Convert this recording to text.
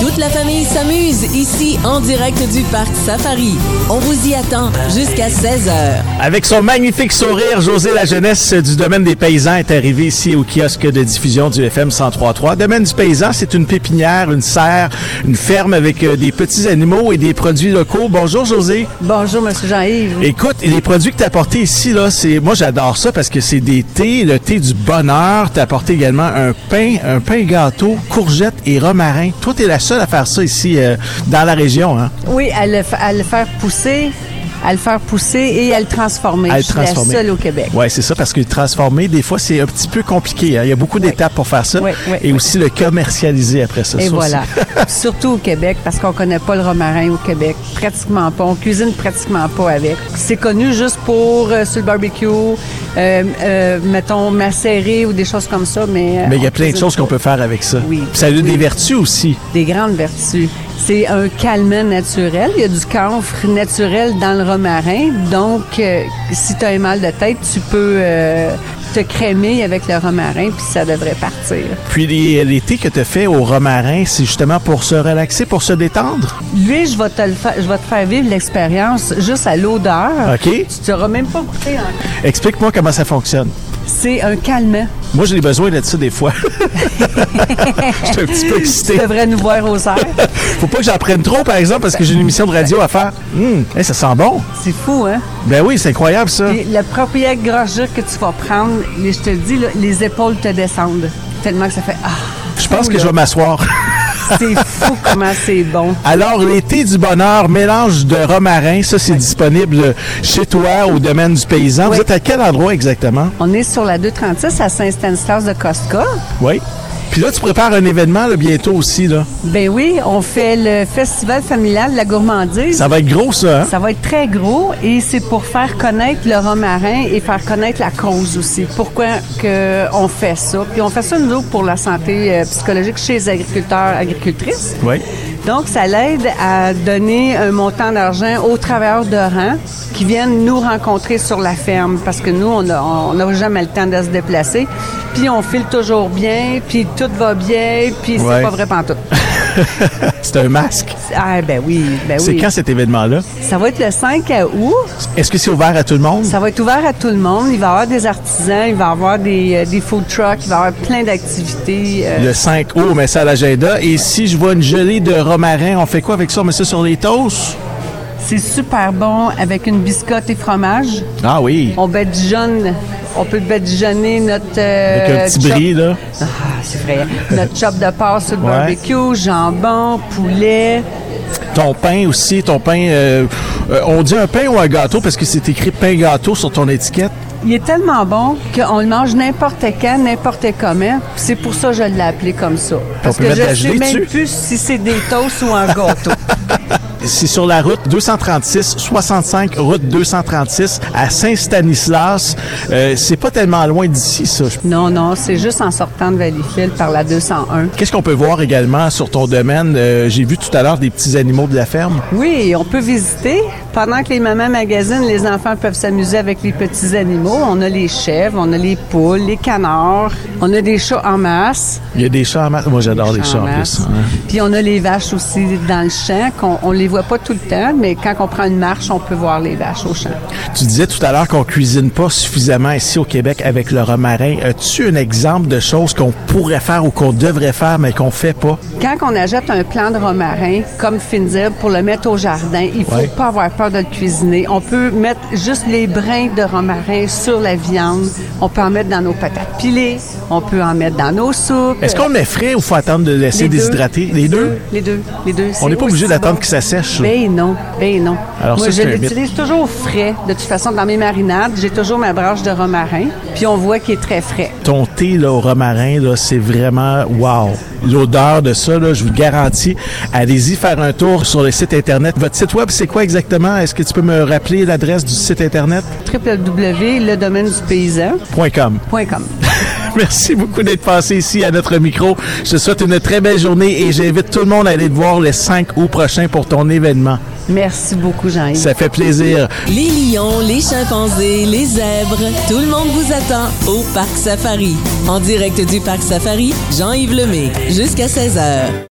Toute la famille s'amuse ici en direct du parc Safari. On vous y attend jusqu'à 16h. Avec son magnifique sourire, José la jeunesse du domaine des paysans est arrivé ici au kiosque de diffusion du FM 1033. Domaine du paysan, c'est une pépinière, une serre, une ferme avec euh, des petits animaux et des produits locaux. Bonjour José. Bonjour, Monsieur Jean-Yves. Écoute, et les produits que t'as apportés ici là, c'est moi j'adore ça parce que c'est des thés, le thé du bonheur. T'as apporté également un pain, un pain gâteau, courgettes et romarin. Toi t'es la seule à faire ça ici euh, dans la région, hein. Oui, à le, fa- à le faire pousser, à le faire pousser et à le transformer. à le Je suis la transformer. seule au Québec. Oui, c'est ça, parce que transformer, des fois, c'est un petit peu compliqué. hein. Il y a beaucoup d'étapes pour faire ça. Oui, oui, et oui. aussi le commercialiser après ça. Et ça aussi. voilà. Surtout au Québec, parce qu'on connaît pas le romarin au Québec. Pratiquement pas. On cuisine pratiquement pas avec. C'est connu juste pour, euh, sur le barbecue, euh, euh, mettons, macérer ou des choses comme ça, mais... euh, Mais il y a on plein de cuisine choses qu'on pas. peut faire avec ça. Oui. Puis ça a Oui. des vertus aussi. Des grandes vertus. C'est un calmant naturel. Il y a du camphre naturel dans le romarin. Donc, euh, si tu as un mal de tête, tu peux euh, te crémer avec le romarin, puis ça devrait partir. Puis les, les thés que tu fais au romarin, c'est justement pour se relaxer, pour se détendre. Lui, je vais te, le fa- je vais te faire vivre l'expérience juste à l'odeur. OK. Tu t'auras même pas goûté encore. Explique-moi comment ça fonctionne. C'est un calmant. Moi, j'ai besoin de ça des fois. Je suis un petit peu Tu excité. devrais nous voir aux airs. Faut pas que j'en prenne trop, par exemple, parce que j'ai une émission de radio à faire. Hum, hey, ça sent bon. C'est fou, hein? Ben oui, c'est incroyable, ça. Puis la propriété gorgure que tu vas prendre, les- je te le dis, là, les épaules te descendent. Tellement que ça fait Ah! Je pense que je là. vais m'asseoir. C'est fou comment c'est bon. Alors, l'été du bonheur, mélange de romarin, ça c'est disponible chez toi au domaine du paysan. Oui. Vous êtes à quel endroit exactement? On est sur la 236 à Saint-Stanislas de Costco. Oui. Puis là, tu prépares un événement là, bientôt aussi. Là. Ben oui, on fait le festival familial de la gourmandise. Ça va être gros, ça. Hein? Ça va être très gros et c'est pour faire connaître le romarin et faire connaître la cause aussi. Pourquoi que on fait ça? Puis on fait ça, nous, autres, pour la santé euh, psychologique chez les agriculteurs, agricultrices. Oui. Donc, ça l'aide à donner un montant d'argent aux travailleurs de rang qui viennent nous rencontrer sur la ferme parce que nous, on a- on n'a jamais le temps de se déplacer. Puis on file toujours bien, puis tout va bien, puis c'est Ouais. pas vrai pantoute. C'est un masque. Ah, ben oui, ben C'est oui. quand cet événement-là? Ça va être le 5 août. Est-ce que c'est ouvert à tout le monde? Ça va être ouvert à tout le monde. Il va y avoir des artisans, il va y avoir des, euh, des food trucks, il va y avoir plein d'activités. euh. Le 5 août, on met ça à l'agenda. Et si je vois une gelée de romarin, on fait quoi avec ça? On met ça sur les toasts? C'est super bon avec une biscotte et fromage. Ah oui. On badigeonne, on peut badigeonner notre... euh, Avec un petit chop- bris, là. Ah, c'est vrai. Notre chop de porc sur le Ouais. barbecue, jambon, poulet. Ton pain aussi, ton pain... euh, euh, on dit un pain ou un gâteau parce que c'est écrit pain-gâteau sur ton étiquette. Il est tellement bon qu'on le mange n'importe quand, n'importe comment. C'est pour ça que je l'ai appelé comme ça. Parce peut que mettre de je la ne sais gelée même dessus. plus si c'est des toasts ou un gâteau. C'est sur la route 236, 65 route 236 à Saint-Stanislas. Euh, c'est pas tellement loin d'ici, ça. Je- Non, non, c'est juste en sortant de Valleyfield par la 201. Qu'est-ce qu'on peut voir également sur ton domaine? Euh, J'ai vu tout à l'heure des petits animaux de la ferme. Oui, on peut visiter. Pendant que les mamans magasinent, les enfants peuvent s'amuser avec les petits animaux. On a les chèvres, on a les poules, les canards, on a des chats en masse. Il y a Ah, des chats en masse. Moi, j'adore les chats en masse. plus. hein. Puis on a les vaches aussi dans le champ, qu'on on les voit pas tout le temps, mais quand on prend une marche, on peut voir les vaches au champ. Tu disais tout à l'heure qu'on cuisine pas suffisamment ici au Québec avec le romarin. As-tu un exemple de choses qu'on pourrait faire ou qu'on devrait faire mais qu'on fait pas? Quand on achète un plant de romarin, comme Finzib, pour le mettre au jardin, il faut Ouais. pas avoir peur de le cuisiner. On peut mettre juste les brins de romarin sur la viande. On peut en mettre dans nos patates pilées. On peut en mettre dans nos soupes. Est-ce qu'on met frais ou faut attendre de laisser Euh, Les deux. déshydrater? Les deux? Les deux. Les deux. On n'est C'est pas obligé aussi d'attendre bon. que ça sèche. Ben non, ben non. Alors Moi, ça, je c'est un mythe. l'utilise toujours frais. De toute façon, dans mes marinades, j'ai toujours ma branche de romarin. Puis on voit qu'il est très frais. Ton thé là, au romarin, là, c'est vraiment wow. L'odeur de ça, là, je vous garantis. Allez-y faire un tour sur le site Internet. Votre site web, c'est quoi exactement? Est-ce que tu peux me rappeler l'adresse du site Internet.com? www.ledomaineduPaysan.com Merci beaucoup d'être passé ici à notre micro. Je te souhaite une très belle journée et j'invite tout le monde à aller te voir le 5 août prochain pour ton événement. Merci beaucoup, Jean-Yves. Ça fait plaisir. Les lions, les chimpanzés, les zèbres, tout le monde vous attend au parc Safari. En direct du parc Safari, Jean-Yves Lemay, jusqu'à 16h.